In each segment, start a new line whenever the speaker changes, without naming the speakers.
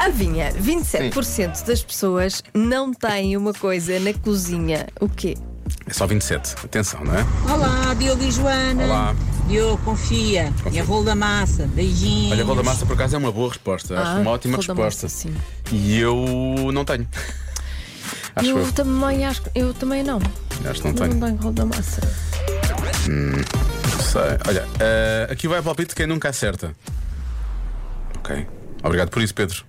Adivinha, 27% das pessoas não têm uma coisa na cozinha. O quê?
É só 27. Atenção, não é?
Olá, Diogo e Joana.
Olá.
Diogo, confia. E a rolo da massa. Beijinhos.
Olha, roda massa por acaso é uma boa resposta. Acho
Ah,
uma ótima
roda
resposta.
massa, sim.
E eu não tenho. Acho
eu
eu.
também acho. Eu também não.
Acho que não
Não
tenho.
tenho rolo da massa.
Não sei. Olha, eh, aqui vai o palpite de quem nunca acerta. Ok. Obrigado por isso, Pedro.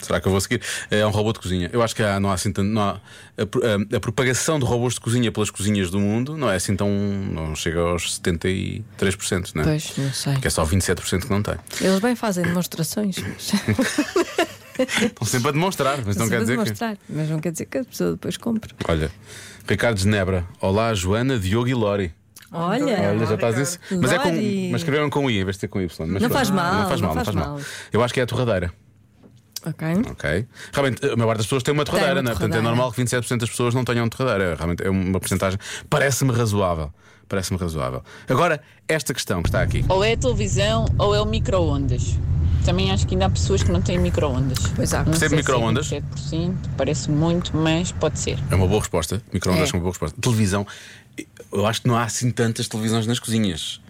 Será que eu vou seguir? É um robô de cozinha. Eu acho que há- não há assim tanto. não há- a, pro- eh, a- a propagação de robôs de cozinha pelas cozinhas do mundo não é assim tão. não chega aos 73%, não é?
Pois, não sei.
Que é só 27% que não tem.
Eles bem fazem demonstrações.
Estão sempre a demonstrar, mas não quer dizer que.
demonstrar, Mas não quer dizer que a pessoa depois compre.
Olha, Ricardo Genebra, olá Joana, Diogo e Lori.
Olha.
Olha, já estás nisso. Mas, é com,
Lori.
mas escreveram com I em vez de ter com Y. Mas
Não
pronto.
faz mal,
não faz mal, não faz mal. Eu acho que é a torradeira,
Ok.
ok? Realmente, a maior parte das pessoas tem uma torradeira,
uma
não é? Portanto, é
torradeira.
normal que 27% das pessoas não tenham torradeira. É, Realmente é uma porcentagem. Parece-me razoável. Parece-me razoável. Agora, esta questão que está aqui.
Ou é a televisão ou é o micro-ondas. Também acho que ainda há pessoas que não têm micro-ondas.
Pois há.
Não
Percebe
sei
micro-ondas?
Se é 27%, parece muito, mas pode ser.
É uma boa resposta. Microondas
É.
é uma boa resposta. Televisão. Eu acho que não há assim tantas televisões nas cozinhas.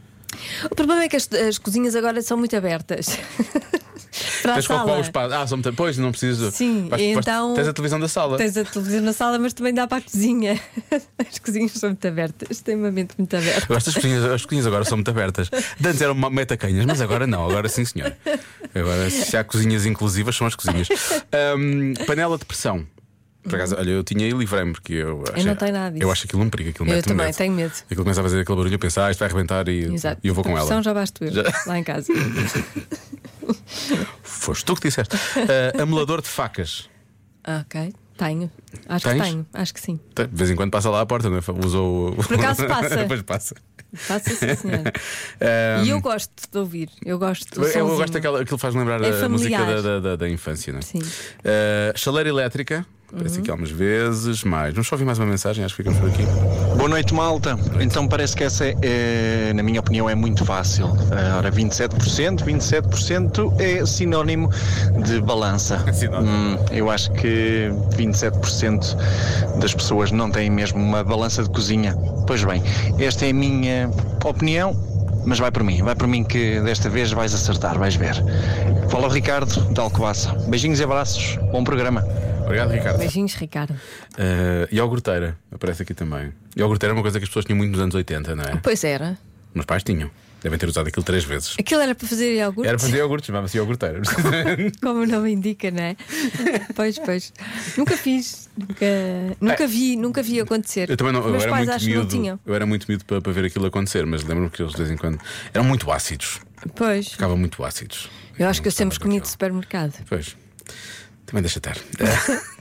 O problema é que as, as cozinhas agora são muito abertas. Para a
Tens que ocupar o
sala.
espaço. Ah, só muito. Pois, não preciso.
Sim,
Vais- vais-
então-
Tens a televisão da sala.
Tens a televisão na sala, mas também dá para a cozinha. As cozinhas são muito abertas, têm uma mente muito aberta.
Eu gosto das cozinhas, as cozinhas agora são muito abertas. De Antes eram metacanhas, mas agora não, agora sim, senhor. Agora, se há cozinhas inclusivas, são as cozinhas. Ahm, panela de pressão. Por acaso, olha, eu tinha e livrei-me, porque eu acho.
não tenho nada disso.
Eu acho aquilo um perigo, aquilo
Eu
mete-me
também tenho medo.
Aquilo começa a fazer aquele barulho, eu penso, ah, isto vai arrebentar e, e eu vou com
A
ela.
pressão Então, já basto eu,
Já.
lá em casa.
Foste tu que disseste. Ah, amolador de facas.
Ah, ok, tenho. Acho
Tens?
que tenho, acho que sim.
De vez em quando passa lá à porta, não é? Usou.
Por acaso passa.
Depois passa.
Faça sim, senhora.
Ahm,
E eu gosto de ouvir, eu gosto. do
Eu- Eu
sonzinho.
gosto daquela, aquilo faz lembrar
É
a música da,
familiar.
da, da- da infância, não é?
Sim. Uhum.
Uh, chaleira elétrica, parece aqui algumas vezes, mais. Vamos só ouvir mais uma mensagem, acho que ficamos por aqui.
Boa noite, malta. Então parece que essa, é, é, na minha opinião, é muito fácil. Eh, Ora, 27%, 27% é sinónimo de balança.
É sinónimo.
Hum, eu acho que 27% das pessoas não têm mesmo uma balança de cozinha. Pois bem, esta é a minha opinião, mas vai por mim. Vai por mim que desta vez vais acertar, vais ver. Fala o Ricardo, de Alcobaça. Beijinhos e abraços. Bom programa.
Obrigado, Ricardo.
Beijinhos, Ricardo.
Uh, iogurteira, aparece aqui também. Iogurteira é uma coisa que as pessoas tinham muito nos anos 80, não é?
Pois era.
Meus pais tinham. Devem ter usado aquilo três vezes.
Aquilo era para fazer iogurte,
Era fazer iogurtes, chamava-se iogurteira.
como o nome indica, não é? pois, pois. Nunca fiz, nunca, nunca vi, nunca vi acontecer.
É. Eu também não, eu
Meus
era
pais
muito
acho que não
miúdo.
tinham.
eu era muito miúdo para, para ver aquilo acontecer, mas lembro-me que eles de vez em quando eram muito ácidos.
Pois.
Ficavam muito ácidos.
Eu acho que eu sempre escolhi
conheço
de supermercado.
Pois. Também deixa estar. Eh,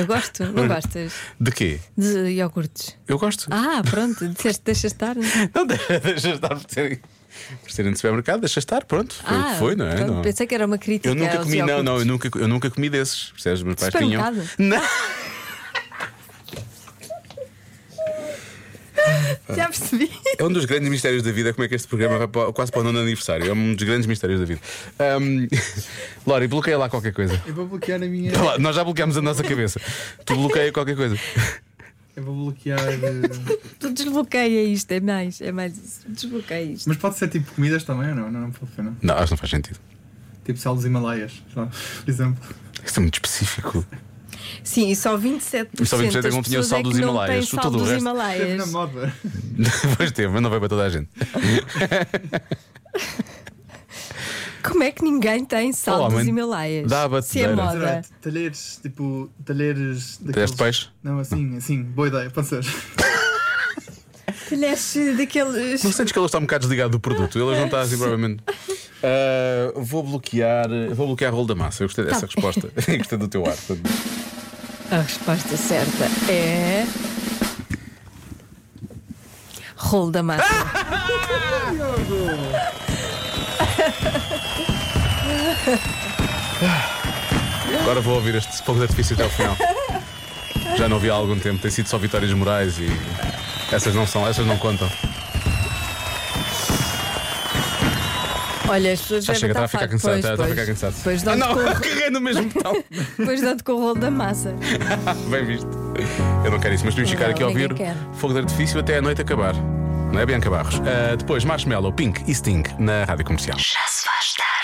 Eu gosto, não gostas?
De quê?
De iogurtes.
Eu gosto.
Ah, pronto, disseste deixa estar.
Não, de- deixa estar por serem, por serem de supermercado, deixa estar, pronto. Foi o
ah,
que foi, não é?
pronto,
Não.
Pensei que era uma crítica.
Eu nunca
aos
comi, não, não, eu
iogurtes.
nunca, eu nunca comi desses. Percebes? Meus pais tinham.
Supermercado?
Não.
Já percebi.
É um dos grandes mistérios da vida, como é que este programa vai para- quase para o nono aniversário. É um dos grandes mistérios da vida. Ahm, Lori, bloqueia lá qualquer coisa.
Eu vou bloquear a minha.
Vá lá, Nós já bloqueámos a nossa cabeça. Tu bloqueia qualquer coisa.
Eu vou bloquear. eh,
Tu desbloqueia isto, é mais, é mais isso. Desbloqueia isto.
Mas pode ser tipo comidas também ou não? Não, não pode ser, não.
Não, acho que não faz sentido.
Tipo sal dos Himalaias, sei lá, por exemplo.
Isto é muito específico.
Sim, e só 27%.
Só 27% é que
das
não tinha o
pessoas
sal
é que
dos
não
Himalaias.
têm Sal
Todo o
dos
resto-
Esteve na
Himalaias.
moda.
Pois teve, mas não vai para toda a gente.
Como é que ninguém tem sal
Oh,
dos
homem,
Himalaias?
dá a
Se é
batedeira.
Mas
moda.
era t- Talheres, tipo, talheres.
Talheres de peixe?
Não, assim, assim, boa ideia, pode ser.
Talheres daqueles.
Não sentes que ele está um bocado desligado do produto, ele não está assim provavelmente. Ah, vou bloquear. Vou bloquear rolo da massa. Eu gostei
Tá
dessa resposta. gostei do teu ar.
A resposta certa é. Rolo da massa.
Ah! Agora vou ouvir este pouco de artifício até ao final. Já não ouvi há algum tempo, tem sido só vitórias morais e. Essas não são, essas não contam.
Olha, as pessoas
Já
devem
chega, está a
estar
ficar
tá farto.
cansado.
Pois,
Está está a
pois.
ficar cansado.
Pois
Ah,
dá-te
não,
com-
carreguei no mesmo botão.
Depois dá-te com o rolo da massa.
Bem visto. Eu não quero isso, mas podemos ficar
Não,
aqui a ouvir
ninguém quer.
fogo de artifício até a noite acabar. Não é, Bianca Barros? Ah, depois, Marshmallow, Pink e Sting na rádio comercial.
Já se faz tarde.